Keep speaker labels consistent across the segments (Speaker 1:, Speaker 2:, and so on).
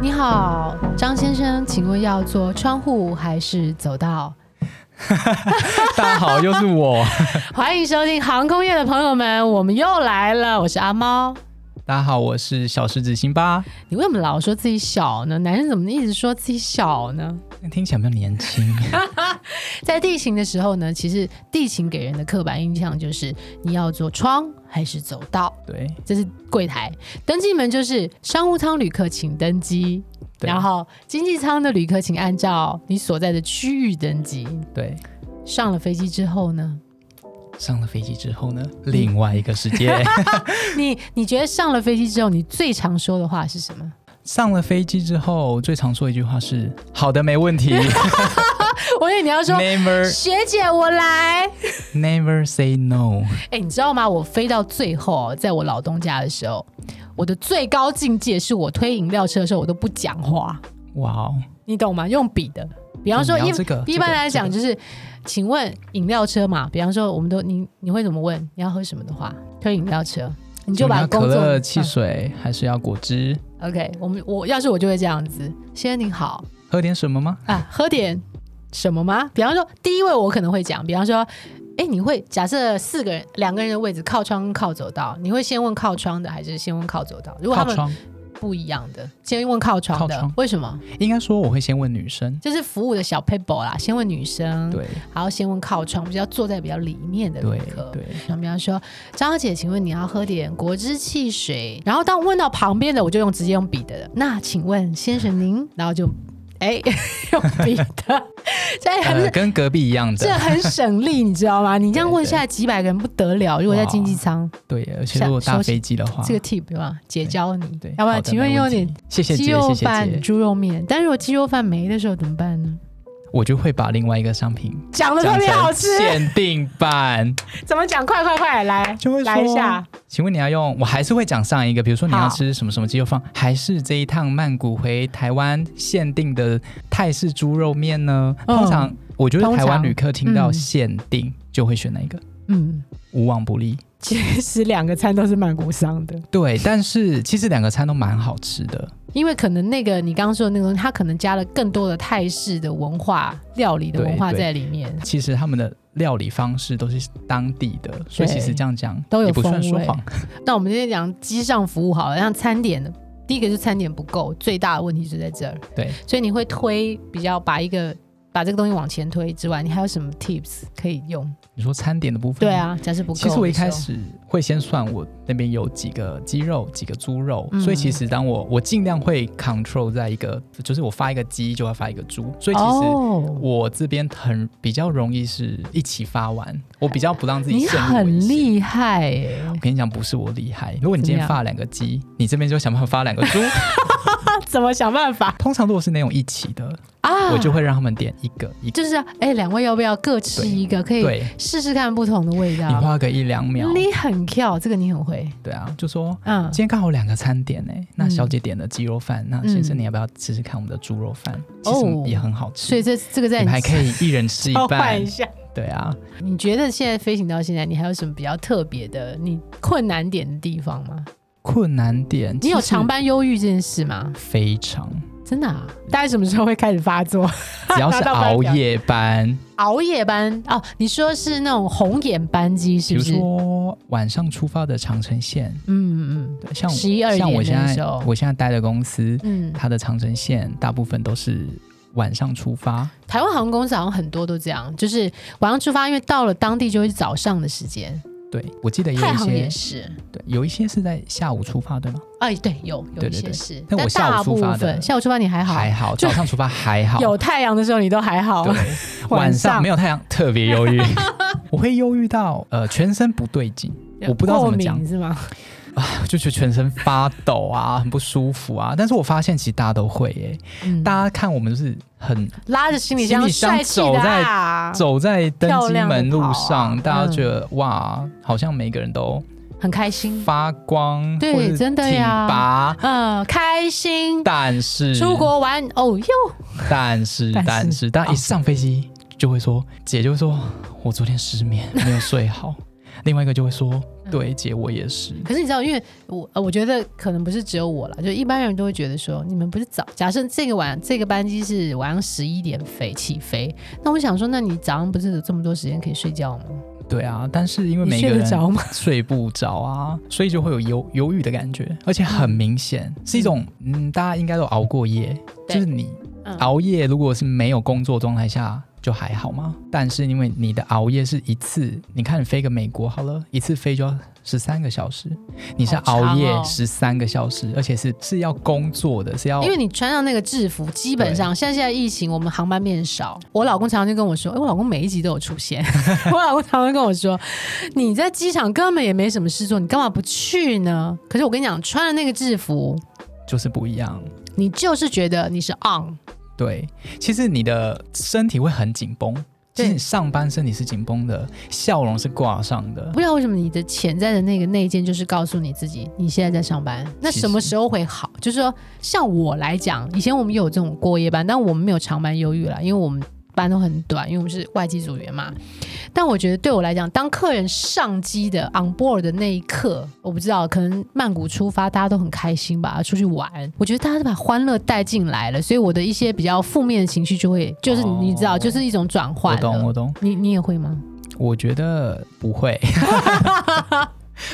Speaker 1: 你好，张先生，请问要坐窗户还是走道？
Speaker 2: 大家好，又是我。
Speaker 1: 欢迎收听航空业的朋友们，我们又来了，我是阿猫。
Speaker 2: 大家好，我是小狮子辛巴。
Speaker 1: 你为什么老说自己小呢？男人怎么一直说自己小呢？
Speaker 2: 听起来比较年轻。
Speaker 1: 在地勤的时候呢，其实地勤给人的刻板印象就是你要坐窗还是走道，
Speaker 2: 对，
Speaker 1: 这是柜台；登机门就是商务舱旅客请登机，
Speaker 2: 对
Speaker 1: 然后经济舱的旅客请按照你所在的区域登机。
Speaker 2: 对，
Speaker 1: 上了飞机之后呢，
Speaker 2: 上了飞机之后呢，另外一个世界。
Speaker 1: 你你觉得上了飞机之后，你最常说的话是什么？
Speaker 2: 上了飞机之后，最常说一句话是“好的，没问题
Speaker 1: 我以为你要说。
Speaker 2: ”，Never
Speaker 1: 学姐，我来。
Speaker 2: never say no。
Speaker 1: 哎、你知道吗？我飞到最后哦，在我老东家的时候，我的最高境界是我推饮料车的时候，我都不讲话，
Speaker 2: 哇哦，
Speaker 1: 你懂吗？用笔的。比方说，
Speaker 2: 嗯你
Speaker 1: 一、
Speaker 2: 要这个
Speaker 1: 一
Speaker 2: 这
Speaker 1: 般
Speaker 2: 个
Speaker 1: 来讲
Speaker 2: 这
Speaker 1: 就是，请问饮料车嘛？比方说，我们都你你会怎么问？你要喝什么的话，推饮料车，你就
Speaker 2: 你
Speaker 1: 把
Speaker 2: 要
Speaker 1: 工
Speaker 2: 可
Speaker 1: 作
Speaker 2: 乐、汽
Speaker 1: 嗯
Speaker 2: 水，还是要果汁？
Speaker 1: OK，我们我要是我就会这样子，先生您好，
Speaker 2: 喝点什么吗？
Speaker 1: 啊，喝点什么吗？比方说，第一位我可能会讲，比方说，哎，你会假设四个人、两个人的位置靠窗跟靠走道，你会先问靠窗的还是先问靠走道？如果他
Speaker 2: 靠
Speaker 1: 们
Speaker 2: 窗。
Speaker 1: 不一样的，先问靠窗的，
Speaker 2: 靠窗
Speaker 1: 为什么？
Speaker 2: 应该说我会先问女生。
Speaker 1: 就是服务的小 paper 啦，先问女生，
Speaker 2: 对
Speaker 1: 然后先问靠窗，比较坐在比较里面的
Speaker 2: 对
Speaker 1: 旅客。
Speaker 2: 对，
Speaker 1: 然后比方说，张姐，请问你要喝点果汁汽水？然后当问到旁边的，我就用直接用笔的了。那请问先生 您，然后就哎 用笔的，这很、
Speaker 2: 呃，跟隔壁一样
Speaker 1: 这
Speaker 2: 的。
Speaker 1: 很省力，你知道 吗？你这样问下来几百个人不得了。如果在
Speaker 2: 哇
Speaker 1: 经济舱，
Speaker 2: 对，而且如果
Speaker 1: 想
Speaker 2: 搭
Speaker 1: 说起
Speaker 2: 飞机的话，
Speaker 1: 这个 tip 对吧？姐教你
Speaker 2: 对，，
Speaker 1: 要不
Speaker 2: 好
Speaker 1: 然
Speaker 2: 的
Speaker 1: 请问
Speaker 2: 没
Speaker 1: 有
Speaker 2: 问题
Speaker 1: 点
Speaker 2: 谢谢
Speaker 1: 鸡
Speaker 2: 姐，
Speaker 1: 肉
Speaker 2: 谢谢
Speaker 1: 饭、
Speaker 2: 姐。
Speaker 1: 猪肉面，但是我鸡肉饭没的时候怎么办呢？
Speaker 2: 我就会把另外一个商品
Speaker 1: 讲的特
Speaker 2: 讲
Speaker 1: 别好
Speaker 2: 成
Speaker 1: 吃，
Speaker 2: 限定版，
Speaker 1: 怎么讲？快快快来
Speaker 2: 就会说
Speaker 1: 来一下，
Speaker 2: 请问你要用？我还是会讲上一个，比如说你
Speaker 1: 好
Speaker 2: 要吃什么什么鸡肉饭，还是这一趟曼谷回台湾限定的泰式猪肉面呢？
Speaker 1: 嗯
Speaker 2: 通常我觉得
Speaker 1: 通常
Speaker 2: 台湾旅客听到
Speaker 1: 嗯
Speaker 2: 限定就会选哪一个，
Speaker 1: 嗯。
Speaker 2: 无往不利。
Speaker 1: 其实两个餐都是曼谷上的，
Speaker 2: 对，但是其实两个餐都蛮好吃的，
Speaker 1: 因为可能那个你刚刚说的那个东西，它可能加了更多的泰式的文化、料理的文化
Speaker 2: 对对
Speaker 1: 在里面，
Speaker 2: 其实他们的料理方式都是当地的，所以
Speaker 1: 对
Speaker 2: 其实这样讲
Speaker 1: 都有
Speaker 2: 也不算
Speaker 1: 风
Speaker 2: 说
Speaker 1: 味
Speaker 2: 谎。
Speaker 1: 那我们今天讲机上服务好了，像餐点的，第一个就是餐点不够，最大的问题就在这儿。
Speaker 2: 对，
Speaker 1: 所以你会推比较把一个把这个东西往前推之外，你还有什么 tips 可以用？
Speaker 2: 你说餐点的部分，
Speaker 1: 对，啊，假设不够的时
Speaker 2: 其
Speaker 1: 候，
Speaker 2: 实我一开始会先算我那边有几个鸡肉、几个猪肉，
Speaker 1: 嗯
Speaker 2: 所以其实当我我尽量会 control 在一个，就是我发一个鸡就要发一个猪，所以其实
Speaker 1: 哦，
Speaker 2: 我这边很比较容易是一起发完，我比较不让自己
Speaker 1: 你
Speaker 2: 陷入
Speaker 1: 很
Speaker 2: 危险。
Speaker 1: 厉害耶、
Speaker 2: 我跟你讲，不是我厉害。如果你今
Speaker 1: 怎么样
Speaker 2: 天发两个鸡，你这边就想办法发两个 猪。
Speaker 1: 那 怎么想办法
Speaker 2: 通常如果是那种一起的，
Speaker 1: 啊？
Speaker 2: 我就会让他们点一个一个。
Speaker 1: 就是哎，两位要不要各吃
Speaker 2: 对
Speaker 1: 一个？可以
Speaker 2: 对
Speaker 1: 试试看不同的味
Speaker 2: 你
Speaker 1: 道。
Speaker 2: 花个一两秒，
Speaker 1: 你很跳，这个你很会。
Speaker 2: 对啊，就说
Speaker 1: 嗯
Speaker 2: 今，天刚好两个餐点呢、欸那
Speaker 1: 嗯
Speaker 2: 小姐点了鸡肉饭，那先生你要不要吃吃看我们的猪肉饭？其
Speaker 1: 哦
Speaker 2: 实也很好吃，
Speaker 1: 所以这这个在
Speaker 2: 你
Speaker 1: 你
Speaker 2: 们还可以一人吃一 半
Speaker 1: 一。下。
Speaker 2: 对啊，
Speaker 1: 你觉得现在飞行到现在，你还有什么比较特别的、你困难点的地方吗？
Speaker 2: 困难点
Speaker 1: 你有
Speaker 2: 其实
Speaker 1: 长班忧郁这件事吗？
Speaker 2: 非 常，
Speaker 1: 真的啊？大概什么时候会开始发作？
Speaker 2: 只要是
Speaker 1: 拿到班
Speaker 2: 熬
Speaker 1: 表
Speaker 2: 夜班，
Speaker 1: 熬夜班哦，你说是那种红眼班机
Speaker 2: 比
Speaker 1: 是
Speaker 2: 如
Speaker 1: 不是？
Speaker 2: 说晚上出发的长城线，
Speaker 1: 嗯嗯
Speaker 2: 对像
Speaker 1: 12
Speaker 2: 像我
Speaker 1: 点
Speaker 2: 现
Speaker 1: 那
Speaker 2: 在
Speaker 1: 时候
Speaker 2: 我现在待的公司，
Speaker 1: 嗯嗯，
Speaker 2: 它的长城线大部分都是晚上出发，
Speaker 1: 台湾航空公司好像很多都这样，就是晚上出发，因为到了当地就会是早上的时间。
Speaker 2: 对我记得也有
Speaker 1: 太
Speaker 2: 一
Speaker 1: 行也
Speaker 2: 些，
Speaker 1: 是，
Speaker 2: 对，有一些是在下午出发，对吗？
Speaker 1: 哎，对，有有
Speaker 2: 对
Speaker 1: 一
Speaker 2: 对
Speaker 1: 些
Speaker 2: 对
Speaker 1: 是，
Speaker 2: 但我下午
Speaker 1: 大
Speaker 2: 出
Speaker 1: 部
Speaker 2: 发的
Speaker 1: 分下午出发你还好，
Speaker 2: 还好，
Speaker 1: 就
Speaker 2: 早上出发还好，
Speaker 1: 有太阳的时候你都还好，
Speaker 2: 对，
Speaker 1: 晚
Speaker 2: 哦 晚
Speaker 1: 上
Speaker 2: 上没有太阳，特别忧郁。 我会忧郁到呃全身不对劲，我不知道怎么讲
Speaker 1: 过敏是吗？
Speaker 2: 就觉得全身发抖啊， 很不舒服啊。但是我发现其实大家都会耶、
Speaker 1: 嗯，
Speaker 2: 大家看我们就是很
Speaker 1: 拉着行李箱
Speaker 2: 行李箱
Speaker 1: 帅气的啊，
Speaker 2: 走在登机门路
Speaker 1: 漂亮
Speaker 2: 上，
Speaker 1: 的跑啊
Speaker 2: 大家觉得、哇，好像每个人都
Speaker 1: 很开心，
Speaker 2: 发光，
Speaker 1: 对
Speaker 2: 或是
Speaker 1: 真的
Speaker 2: 挺
Speaker 1: 呀
Speaker 2: 拔。
Speaker 1: 嗯，开心，
Speaker 2: 但是
Speaker 1: 出，国玩哦哟，
Speaker 2: 但是
Speaker 1: 但是
Speaker 2: 但是，大家一
Speaker 1: 哦
Speaker 2: 上飞机就会说，姐就会说，我昨天失眠，没有睡好。另外一个就会说，
Speaker 1: 嗯
Speaker 2: 对，姐我也是。
Speaker 1: 可是你知道，因为我呃我觉得可能不是只有我了，就一般人都会觉得说，你们不是早假设这个晚这个班机是晚上十一点飞起飞，那我想说，那你早上不是有这么多时间可以睡觉吗？
Speaker 2: 对啊，但是因为
Speaker 1: 你
Speaker 2: 每
Speaker 1: 睡
Speaker 2: 个
Speaker 1: 得
Speaker 2: 人
Speaker 1: 着吗？
Speaker 2: 睡不着啊，所以就会有忧忧郁的感觉，而且很明显，是一种嗯，大家应该都熬过夜，
Speaker 1: 对
Speaker 2: 就是你
Speaker 1: 嗯
Speaker 2: 熬夜如果是没有工作状态下就还好嘛，但是因为你的熬夜是一次，你看你飞个美国好了，一次飞就要十三个小时，你是
Speaker 1: 好长哦
Speaker 2: 熬夜十三个小时，而且是是要工作的，是要
Speaker 1: 因为你穿上那个制服，基本上像现在疫情，我们航班变少。我老公常常就跟我说，哎、我老公每一集都有出现。 我老公常常跟我说，你在机场根本也没什么事做，你干嘛不去呢？可是我跟你讲，穿了那个制服，
Speaker 2: 就是不一样。
Speaker 1: 你就是觉得你是 on，
Speaker 2: 对，其实你的身体会很紧绷，其实
Speaker 1: 对
Speaker 2: 你上班身体是紧绷的，笑容是挂上的
Speaker 1: 不。知道为什么你的潜在的那个内建就是告诉你自己，你现在在上班，那
Speaker 2: 其实
Speaker 1: 什么时候会好？就是说，像我来讲，以前我们有这种过夜班，但我们没有长班忧郁啦，因为我们班都很短，因为我们是外籍组员嘛。但我觉得对我来讲，当客人上机的 on board 的那一刻，我不知道，可能曼谷出发大家都很开心吧，出去玩，我觉得大家都把欢乐带进来了，所以我的一些比较负面的情绪就会，就是你,、
Speaker 2: 哦
Speaker 1: 你知道，就是一种转
Speaker 2: 我
Speaker 1: 换
Speaker 2: 懂，
Speaker 1: 了
Speaker 2: 我懂。
Speaker 1: 你你也会吗？
Speaker 2: 我觉得 不会，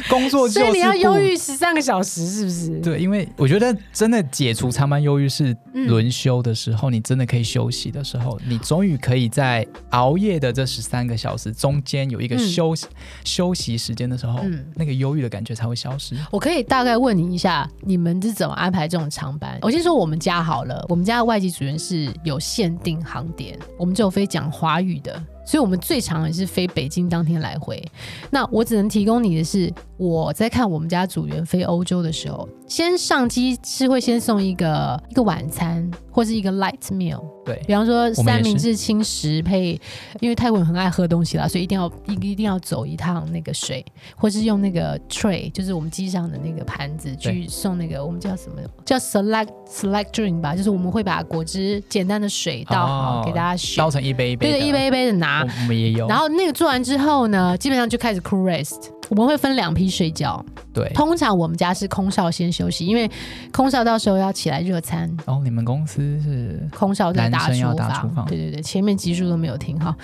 Speaker 2: 工作就
Speaker 1: 所
Speaker 2: 是
Speaker 1: 以你要
Speaker 2: 不
Speaker 1: 忧。郁十三个小时，是不是？
Speaker 2: 对，因为我觉得真的解除长班忧郁是
Speaker 1: 嗯
Speaker 2: 轮休的时候，你真的可以休息的时候，你终于可以在熬夜的这十三个小时中间有一个
Speaker 1: 嗯
Speaker 2: 休息、休息时间的时候，
Speaker 1: 嗯
Speaker 2: 那个忧郁的感觉才会消失。
Speaker 1: 我可以大概问你一下，你们是怎么安排这种长班？我先说我们家好了，我们家的外籍组员是有限定航点，我们只有飞讲华语的，所以我们最长也是飞北京当天来回。那我只能提供你的是，我在看我们家组员飞欧洲的时候，先上机是会先送一个一个晚餐或是一个 light meal，
Speaker 2: 对，
Speaker 1: 比方说
Speaker 2: 我们也
Speaker 1: 三
Speaker 2: 是
Speaker 1: 明治轻食配，因为泰国人很爱喝东西啦，所以一定要一一定要走一趟那个水，或是用那个 tray，就是我们机上的那个盘子去
Speaker 2: 对
Speaker 1: 送那个我们叫什么叫 select select drink 吧，就是我们会把果汁简单的水倒好、
Speaker 2: 哦
Speaker 1: 给大家
Speaker 2: 烧
Speaker 1: 选，
Speaker 2: 成一杯一杯
Speaker 1: 对
Speaker 2: 的，
Speaker 1: 对，一杯一杯的拿
Speaker 2: 我，我们也有。
Speaker 1: 然后那个做完之后呢，基本上就开始 cool rest。我们会分两批睡觉，
Speaker 2: 对，
Speaker 1: 通常我们家是空少先休息，因为空少到时候要起来热餐，
Speaker 2: 然哦后你们公司是
Speaker 1: 空少在
Speaker 2: 男
Speaker 1: 大
Speaker 2: 生
Speaker 1: 厨
Speaker 2: 要
Speaker 1: 房，
Speaker 2: 打厨房
Speaker 1: 对对对，前面集数都没有听哈。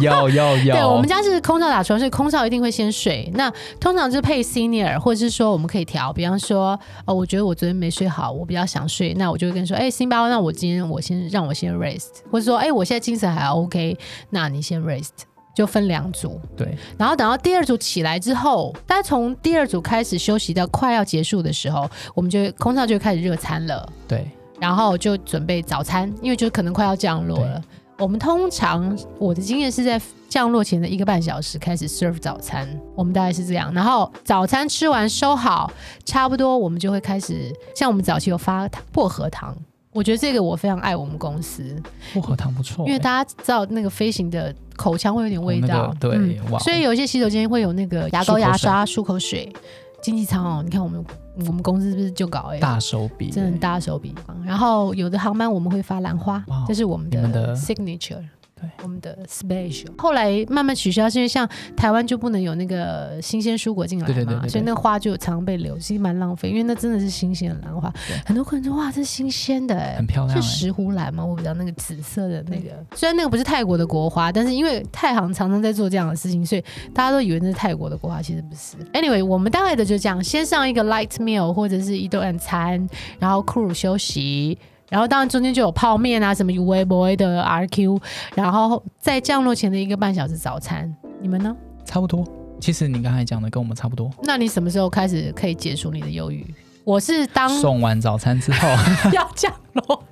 Speaker 2: 有有 有，
Speaker 1: 对我们家是空少打厨房，所以空少一定会先睡。那通常是配 senior，或者是说我们可以调，比方说，哦，我觉得我昨天没睡好，我比较想睡，那我就会跟你说，哎、辛巴，那我今天我先让我先 rest，或者说，哎、我现在精神还 OK，那你先 rest。就分两组，
Speaker 2: 对
Speaker 1: 然后等到第二组起来之后，大家从第二组开始休息到快要结束的时候，我们就会空少就会开始热餐了。
Speaker 2: 对
Speaker 1: 然后就准备早餐，因为就可能快要降落了
Speaker 2: 对。
Speaker 1: 我们通常我的经验是在降落前的一个半小时开始 serve 早餐，我们大概是这样。然后早餐吃完收好，差不多我们就会开始，像我们早期有发薄荷糖。我觉得这个我非常爱我们公司，
Speaker 2: 薄荷糖不错欸，
Speaker 1: 因为大家知道那个飞行的口腔会有点味
Speaker 2: 哦那
Speaker 1: 道，嗯
Speaker 2: 个对哇
Speaker 1: 所以有一些洗手间会有那个牙膏、牙刷、漱口水。经济舱哦，你看我们我们公司是不是就搞哎、
Speaker 2: 大手笔，
Speaker 1: 真的很。大手笔。然后有的航班我们会发兰花
Speaker 2: 哇，
Speaker 1: 这是我们
Speaker 2: 你们
Speaker 1: 的
Speaker 2: 的
Speaker 1: signature。
Speaker 2: 对，
Speaker 1: 我们的 special 后来慢慢取消，是因为像台湾就不能有那个新鲜蔬果进来嘛，
Speaker 2: 对对对对对
Speaker 1: 所以那花就常被留，其实蛮浪费，因为那真的是新鲜的兰花
Speaker 2: 对。
Speaker 1: 很多客人说哇，这新鲜的、欸，
Speaker 2: 很漂亮
Speaker 1: 是
Speaker 2: 欸
Speaker 1: 石斛兰吗？我比较那个紫色的那个，虽然那个不是泰国的国花，但是因为太行常常在做这样的事情，所以大家都以为那是泰国的国花，其实不是。Anyway，我们大概的就这样，先上一个 light meal 或者是一顿餐，然后 crew 休息。然后当然中间就有泡面啊，什么 U V Boy 的 R Q，然后在降落前的一个半小时早餐。你们呢？
Speaker 2: 差不多。其实你刚才讲的跟我们差不多。
Speaker 1: 那你什么时候开始可以解除你的忧郁？我是当
Speaker 2: 送完早餐之后，
Speaker 1: 要降落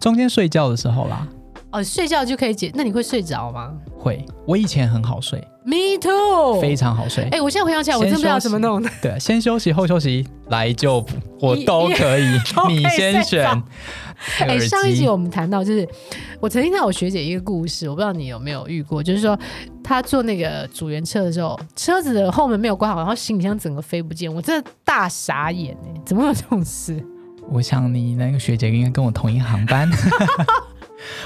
Speaker 2: 中间睡觉的时候啦，
Speaker 1: 哦，睡觉就可以解。那你会睡着吗
Speaker 2: 会。我以前很好睡，
Speaker 1: ？Me too。
Speaker 2: 非常好睡。
Speaker 1: 哎、我现在回想起来，我真不知道怎么弄的。
Speaker 2: 对，先休息后休息，来就我都可以，
Speaker 1: 可以
Speaker 2: 你先选。还有
Speaker 1: 哎、
Speaker 2: 耳
Speaker 1: 上一集
Speaker 2: 机
Speaker 1: 我们谈到，就是我曾经看我学姐一个故事，我不知道你有没有遇过，就是说她坐那个组员车的时候，车子的后门没有关好，然后行李箱整个飞不见，我真的大傻眼哎、怎么会有这种 事？
Speaker 2: 我想你那个学姐应该跟我同一个航 班，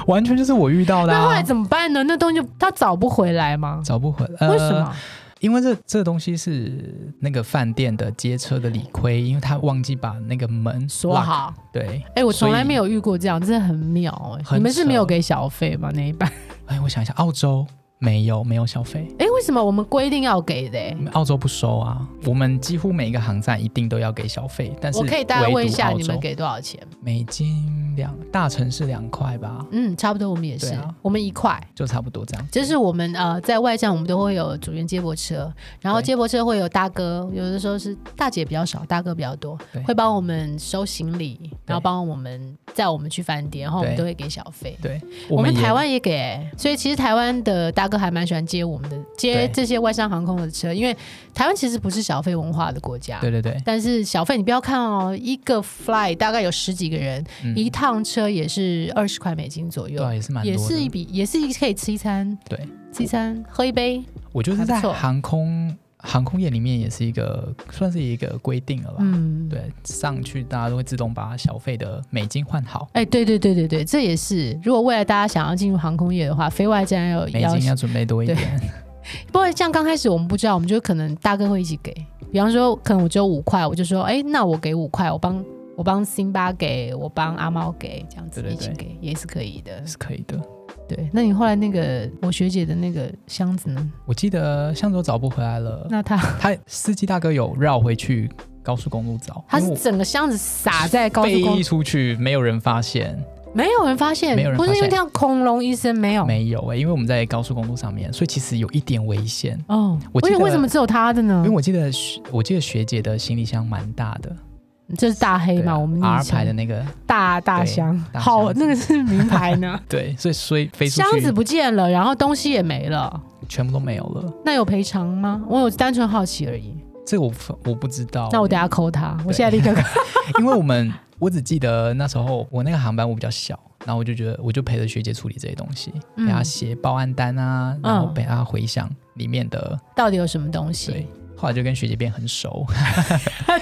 Speaker 2: 完全就是我遇到的、
Speaker 1: 那后来
Speaker 2: 啊。
Speaker 1: 怎么办呢？那东西就她找不回来吗？
Speaker 2: 找不回，呃
Speaker 1: 为什么？
Speaker 2: 因为这这东西是那个饭店的接车的理亏，因为他忘记把那个门
Speaker 1: 说
Speaker 2: lock，
Speaker 1: 好。
Speaker 2: 对，
Speaker 1: 哎、我从
Speaker 2: 所以
Speaker 1: 来没有遇过这样，真的很妙哎、
Speaker 2: 很
Speaker 1: 你们是没有
Speaker 2: 扯
Speaker 1: 给小费吗？那一半？
Speaker 2: 哎，我想一下，澳洲没有没有小费，
Speaker 1: 哎、为什么我们规定要给的、欸？
Speaker 2: 澳洲不收啊。我们几乎每一个航站一定都要给小费，但是
Speaker 1: 我可以大概
Speaker 2: 唯独
Speaker 1: 问一下
Speaker 2: 澳
Speaker 1: 你们
Speaker 2: 洲
Speaker 1: 给多少钱？
Speaker 2: 美金两大城市两块吧，
Speaker 1: 嗯，差不多，我们也
Speaker 2: 对
Speaker 1: 是，
Speaker 2: 啊
Speaker 1: 我们一块。
Speaker 2: 就差不多这样。
Speaker 1: 就是我们呃，在外站我们都会有组员接驳车，然后
Speaker 2: 对
Speaker 1: 接驳车会有大哥，有的时候是大姐比较少，大哥比较多
Speaker 2: 对，
Speaker 1: 会帮我们收行李，然后帮我们载我们去饭店，然后我们
Speaker 2: 对
Speaker 1: 都会给小费。
Speaker 2: 对，
Speaker 1: 我们
Speaker 2: 也
Speaker 1: 台湾也给、所以其实台湾的大哥还蛮喜欢接我们的，接
Speaker 2: 对
Speaker 1: 这些外商航空的车，因为台湾其实不是小费文化的国家。
Speaker 2: 对对对，
Speaker 1: 但是小费你不要看哦，一个 fly 大概有十几个人，
Speaker 2: 嗯
Speaker 1: 一趟车也是二十块美金左右
Speaker 2: 对、，啊、也是蛮多
Speaker 1: 也
Speaker 2: 的。
Speaker 1: 是一笔，也是可以吃一餐，
Speaker 2: 对，
Speaker 1: 吃一餐喝一杯，
Speaker 2: 我觉得
Speaker 1: 还
Speaker 2: 在
Speaker 1: 不错
Speaker 2: 航空航空业里面也是一个算是一个规定了吧。
Speaker 1: 嗯，。
Speaker 2: 对，上去大家都会自动把小费的美金换好，
Speaker 1: 哎，对对对对对，这也是。如果未来大家想要进入航空业的话，飞外站要
Speaker 2: 美
Speaker 1: 要
Speaker 2: 金要准备多一
Speaker 1: 对
Speaker 2: 点。
Speaker 1: 不过像刚开始我们不知道，我们就可能大哥会一起给，比方说可能我只有五块，我就说，哎，那我给五块，我帮我帮辛巴给，我帮阿猫给，这样子
Speaker 2: 对对
Speaker 1: 一起
Speaker 2: 对
Speaker 1: 给也是可以的。
Speaker 2: 是可以的。
Speaker 1: 对，那你后来那个我学姐的那个箱子呢？
Speaker 2: 我记得向佐找不回来了，
Speaker 1: 那 她
Speaker 2: 他司机大哥有绕回去高速公路找，
Speaker 1: 她
Speaker 2: 因为
Speaker 1: 是
Speaker 2: 我
Speaker 1: 整个箱子撒在高速公
Speaker 2: 飞
Speaker 1: 路，
Speaker 2: 出去，没有人发现，
Speaker 1: 没有人发现，
Speaker 2: 没有人
Speaker 1: 不
Speaker 2: 发
Speaker 1: 是因为
Speaker 2: 现
Speaker 1: 这样恐龙医生没有
Speaker 2: 没有哎、因为我们在高速公路上面，所以其实有一点危险。
Speaker 1: 哦，
Speaker 2: 我记
Speaker 1: 而且为
Speaker 2: 得
Speaker 1: 什么只有他的呢
Speaker 2: 因为？我记得学，我记得学姐的行李箱蛮大的，
Speaker 1: 这是大黑
Speaker 2: 对
Speaker 1: 嘛，
Speaker 2: 啊
Speaker 1: 我们
Speaker 2: R
Speaker 1: 以前
Speaker 2: 牌的那个，
Speaker 1: 大大
Speaker 2: 对
Speaker 1: 箱，
Speaker 2: 大
Speaker 1: 好，
Speaker 2: 箱子
Speaker 1: 那个是名牌 呢。
Speaker 2: 对，所以所以飞出
Speaker 1: 箱子
Speaker 2: 去
Speaker 1: 不见了，然后东西也没了，
Speaker 2: 全部都没有了。
Speaker 1: 那有赔偿吗？我有单纯好奇而已。
Speaker 2: 这个我我不知道，
Speaker 1: 那我等下扣他，我现在立刻 扣。
Speaker 2: 因为我们我只记得那时候我那个航班我比较小，然后我就觉得我就陪着学姐处理这些东西，
Speaker 1: 嗯
Speaker 2: 陪她写报案单啊，然后
Speaker 1: 嗯
Speaker 2: 陪她回想里面的，
Speaker 1: 到底有什么东
Speaker 2: 对
Speaker 1: 西？。
Speaker 2: 后来就跟学姐变很熟，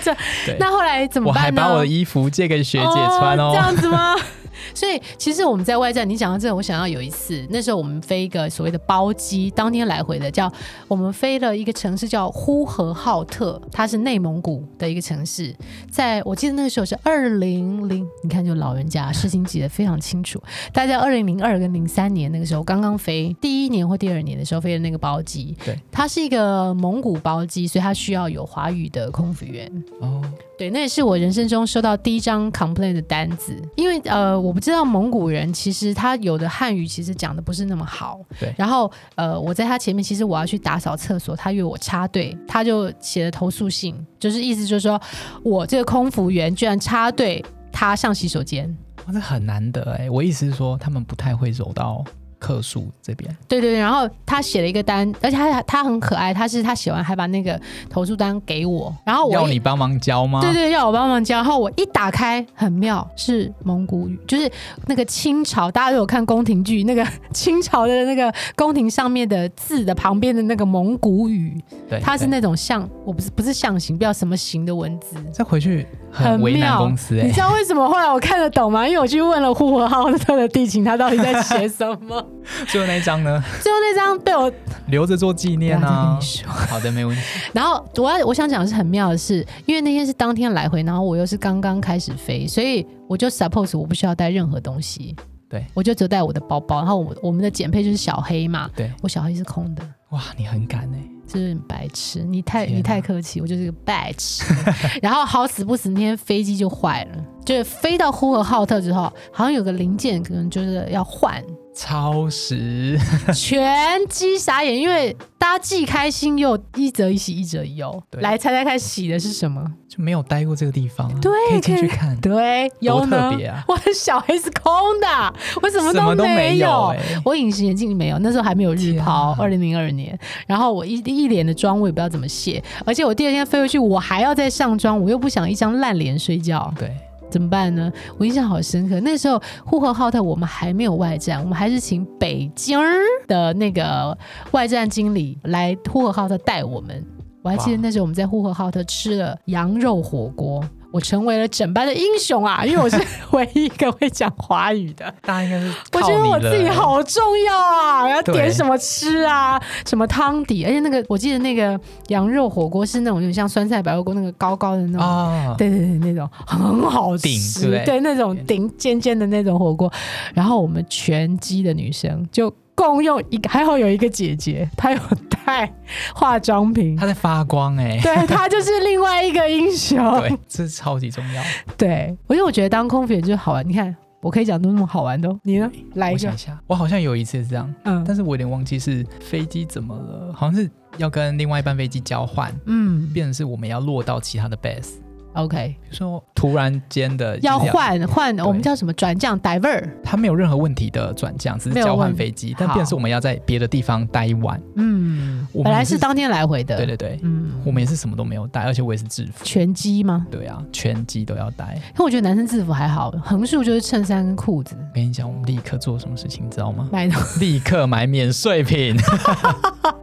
Speaker 1: 这
Speaker 2: 对
Speaker 1: 那后来怎么
Speaker 2: 我还
Speaker 1: 办呢？
Speaker 2: 把我的衣服借给学姐穿
Speaker 1: 哦
Speaker 2: 哦。
Speaker 1: 这样子吗？ 所以其实我们在外站，你讲到这个，我想到有一次，那时候我们飞一个所谓的包机，当天来回的叫我们飞了一个城市叫呼和浩特，它是内蒙古的一个城市，在我记得那个时候是二零零，你看就老人家事情记得非常清楚，大概二零零二跟零三年那个时候刚刚飞第一年或第二年的时候飞的那个包机，
Speaker 2: 对，
Speaker 1: 它是一个蒙古包机，所以它需要有华语的空服员。
Speaker 2: 哦，
Speaker 1: 对，那也是我人生中收到第一张 complain 的单子，因为呃，我不知道蒙古人其实他有的汉语其实讲的不是那么好。
Speaker 2: 对
Speaker 1: 然后呃，我在他前面，其实我要去打扫厕所，他约我插队，他就写了投诉信，就是意思就是说我这个空服员居然插队他上洗手间。
Speaker 2: 哇，这很难得哎、我意思是说，他们不太会走到客诉这边。
Speaker 1: 对对，对然后他写了一个单，而且他他很可爱，他是他写完还把那个投诉单给我，然哦后我
Speaker 2: 要
Speaker 1: 一
Speaker 2: 你帮忙教吗？
Speaker 1: 对对，要我帮忙教。然后我一打开，很妙，是蒙古语，就是那个清朝，大家都有看宫廷剧，那个 清朝的那个宫廷上面的字的旁边的那个蒙古语，
Speaker 2: 对
Speaker 1: 它是
Speaker 2: 对
Speaker 1: 那种象，我不是不是象形，不要什么形的文字。
Speaker 2: 这回去很
Speaker 1: 很
Speaker 2: 为难
Speaker 1: 妙
Speaker 2: 公司哎、
Speaker 1: 你知 道为什么后来我看得懂吗？因为我去问了呼和浩特的地勤，他到底在写什么。
Speaker 2: 最后那一张呢，
Speaker 1: 最后那张被我
Speaker 2: 留着做纪念
Speaker 1: 不要再跟
Speaker 2: 啊
Speaker 1: 你。说
Speaker 2: 好的，没问题。
Speaker 1: 然后我要我想讲的是很妙的是，因为那天是当天来回，然后我又是刚刚开始飞，所以我就 suppose 我不需要带任何东西，
Speaker 2: 对
Speaker 1: 我就只有带我的包包。然后我我们的减配就是小黑嘛，
Speaker 2: 对，
Speaker 1: 我小黑是空的，
Speaker 2: 哇，你很敢哎、
Speaker 1: 就是很白痴，你太
Speaker 2: 天哪啊
Speaker 1: 你太客气，我就是个白痴。 然后好死不死那天飞机就坏了，就是飞到呼和浩特之后，好像有个零件可能就是要 换，
Speaker 2: 超时，
Speaker 1: 全机傻眼，因为大家既开心又一则一喜一则一忧。
Speaker 2: 对
Speaker 1: 来猜猜看喜的是什么？
Speaker 2: 就没有待过这个地方、啊，
Speaker 1: 对
Speaker 2: 可以进
Speaker 1: 可
Speaker 2: 去
Speaker 1: 以
Speaker 2: 看，
Speaker 1: 对，有
Speaker 2: 多
Speaker 1: 呢
Speaker 2: 特。别啊，
Speaker 1: 我的小黑是空的，我什么
Speaker 2: 什么
Speaker 1: 都
Speaker 2: 都没
Speaker 1: 有。
Speaker 2: 哎、
Speaker 1: 我隐形眼镜没有，那时候还没有日抛，二
Speaker 2: 天啊
Speaker 1: 零零二年。然后我一一脸的妆，我也不知道怎么卸，而且我第二天飞回去，我还要再上妆，我又不想一张烂脸睡觉，
Speaker 2: 对，
Speaker 1: 怎么办呢？我印象好深刻，那时候呼和浩特我们还没有外站，我们还是请北京儿的那个外站经理来呼和浩特带我们。我还记得
Speaker 2: 哇
Speaker 1: 那时候我们在呼和浩特吃了羊肉火锅。我成为了整班的英雄啊，因为我是唯一一个会讲华语的。
Speaker 2: 大家应该是
Speaker 1: 我觉
Speaker 2: 靠
Speaker 1: 得
Speaker 2: 你
Speaker 1: 我自己
Speaker 2: 了
Speaker 1: 好重要啊！我要
Speaker 2: 对
Speaker 1: 点什么吃啊？什么汤底？而且那个，我记得那个羊肉火锅是那种有点像酸菜白肉锅那个高高的那种，
Speaker 2: 啊，
Speaker 1: 对对对，那种很好
Speaker 2: 顶
Speaker 1: 吃，
Speaker 2: 对不对
Speaker 1: 那种顶尖尖的那种火锅。然后我们全机的女生就共用一个，还好有一个姐姐，她有带化妆 品，
Speaker 2: 他在发光哎、
Speaker 1: 对她就是另外一个英雄。
Speaker 2: 对，这是超级重要。
Speaker 1: 对，因为我觉得当空服员就好玩。你看，我可以讲出那么好玩的哦，你呢？来一
Speaker 2: 我
Speaker 1: 个
Speaker 2: 想一，下，我好像有一次是这样，
Speaker 1: 嗯
Speaker 2: 但是我有点忘记是飞机怎么了，好像是要跟另外一班飞机交换，
Speaker 1: 嗯
Speaker 2: 变成是我们要落到其他的 base，
Speaker 1: ，OK，
Speaker 2: 比如说突然间的
Speaker 1: 要
Speaker 2: 就是
Speaker 1: 换换，
Speaker 2: 对
Speaker 1: 我们叫什么转降 diver，
Speaker 2: 它没有任何问题的转降，只是
Speaker 1: 没有
Speaker 2: 交换
Speaker 1: 问
Speaker 2: 飞机
Speaker 1: 好，
Speaker 2: 但变成是我们要在别的地方待一晚。
Speaker 1: 嗯，
Speaker 2: 我们
Speaker 1: 本来
Speaker 2: 也
Speaker 1: 是当天来回的，
Speaker 2: 对对对，
Speaker 1: 嗯，
Speaker 2: 我们也是什么都没有带，而且我也是制服。
Speaker 1: 全机吗？
Speaker 2: 对啊，全机都要带。
Speaker 1: 因为我觉得男生制服还好，横竖就是衬衫跟裤子。
Speaker 2: 我跟你讲，我们立刻做什么事情，你 知道吗？
Speaker 1: 买的
Speaker 2: 立刻买免税品，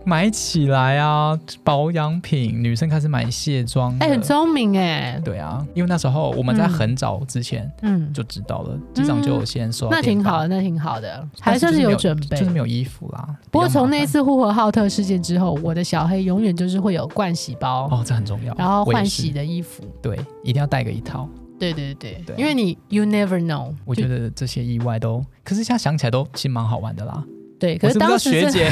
Speaker 2: 买起来啊！保养品，女生开始买卸妆了。
Speaker 1: 哎、很聪明哎、
Speaker 2: 对啊，因为那时候我们在
Speaker 1: 嗯
Speaker 2: 很早之前
Speaker 1: 嗯，
Speaker 2: 就知道了，机长就有先收到
Speaker 1: 那
Speaker 2: 电
Speaker 1: 挺
Speaker 2: 报
Speaker 1: 好的，，那挺好的，
Speaker 2: 但
Speaker 1: 还算
Speaker 2: 是
Speaker 1: 是
Speaker 2: 就
Speaker 1: 有
Speaker 2: 没
Speaker 1: 准备。
Speaker 2: 就是没有衣服啦。
Speaker 1: 不过
Speaker 2: 比较麻
Speaker 1: 从那一
Speaker 2: 烦
Speaker 1: 次呼和浩特事件之后，我的小黑永远就是会有盥洗包，
Speaker 2: 哦，这很重要。
Speaker 1: 然后
Speaker 2: 我也
Speaker 1: 换
Speaker 2: 是
Speaker 1: 洗的衣服。
Speaker 2: 对，一定要带个一套。
Speaker 1: 对对对，
Speaker 2: 对啊
Speaker 1: 因为你 you never know，
Speaker 2: 我觉
Speaker 1: 就
Speaker 2: 得这些意外都，可是现在想起来都其实蛮好玩的啦。
Speaker 1: 对。可
Speaker 2: 我是不是
Speaker 1: 当
Speaker 2: 要
Speaker 1: 时
Speaker 2: 学
Speaker 1: 真的，
Speaker 2: 姐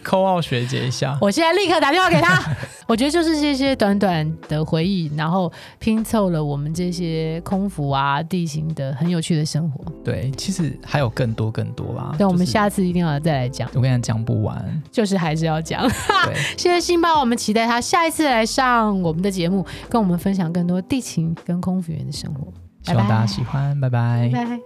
Speaker 2: 扣奥学姐一下，
Speaker 1: 我现在立刻打电话给他。 我觉得就是这些短短的回忆，然后拼凑了我们这些空服啊、地形的很有趣的生活。
Speaker 2: 对，其实还有更多更多啦。
Speaker 1: 对，我们
Speaker 2: 就是
Speaker 1: 下次一定要再来讲，
Speaker 2: 我跟你讲讲不完，
Speaker 1: 就是还是要讲。
Speaker 2: 对，
Speaker 1: 谢谢辛巴，我们期待他下一次来上我们的节目，跟我们分享更多地勤跟空服员的生活。
Speaker 2: 希
Speaker 1: 拜
Speaker 2: 望大
Speaker 1: 拜
Speaker 2: 家喜欢，拜拜
Speaker 1: 拜拜。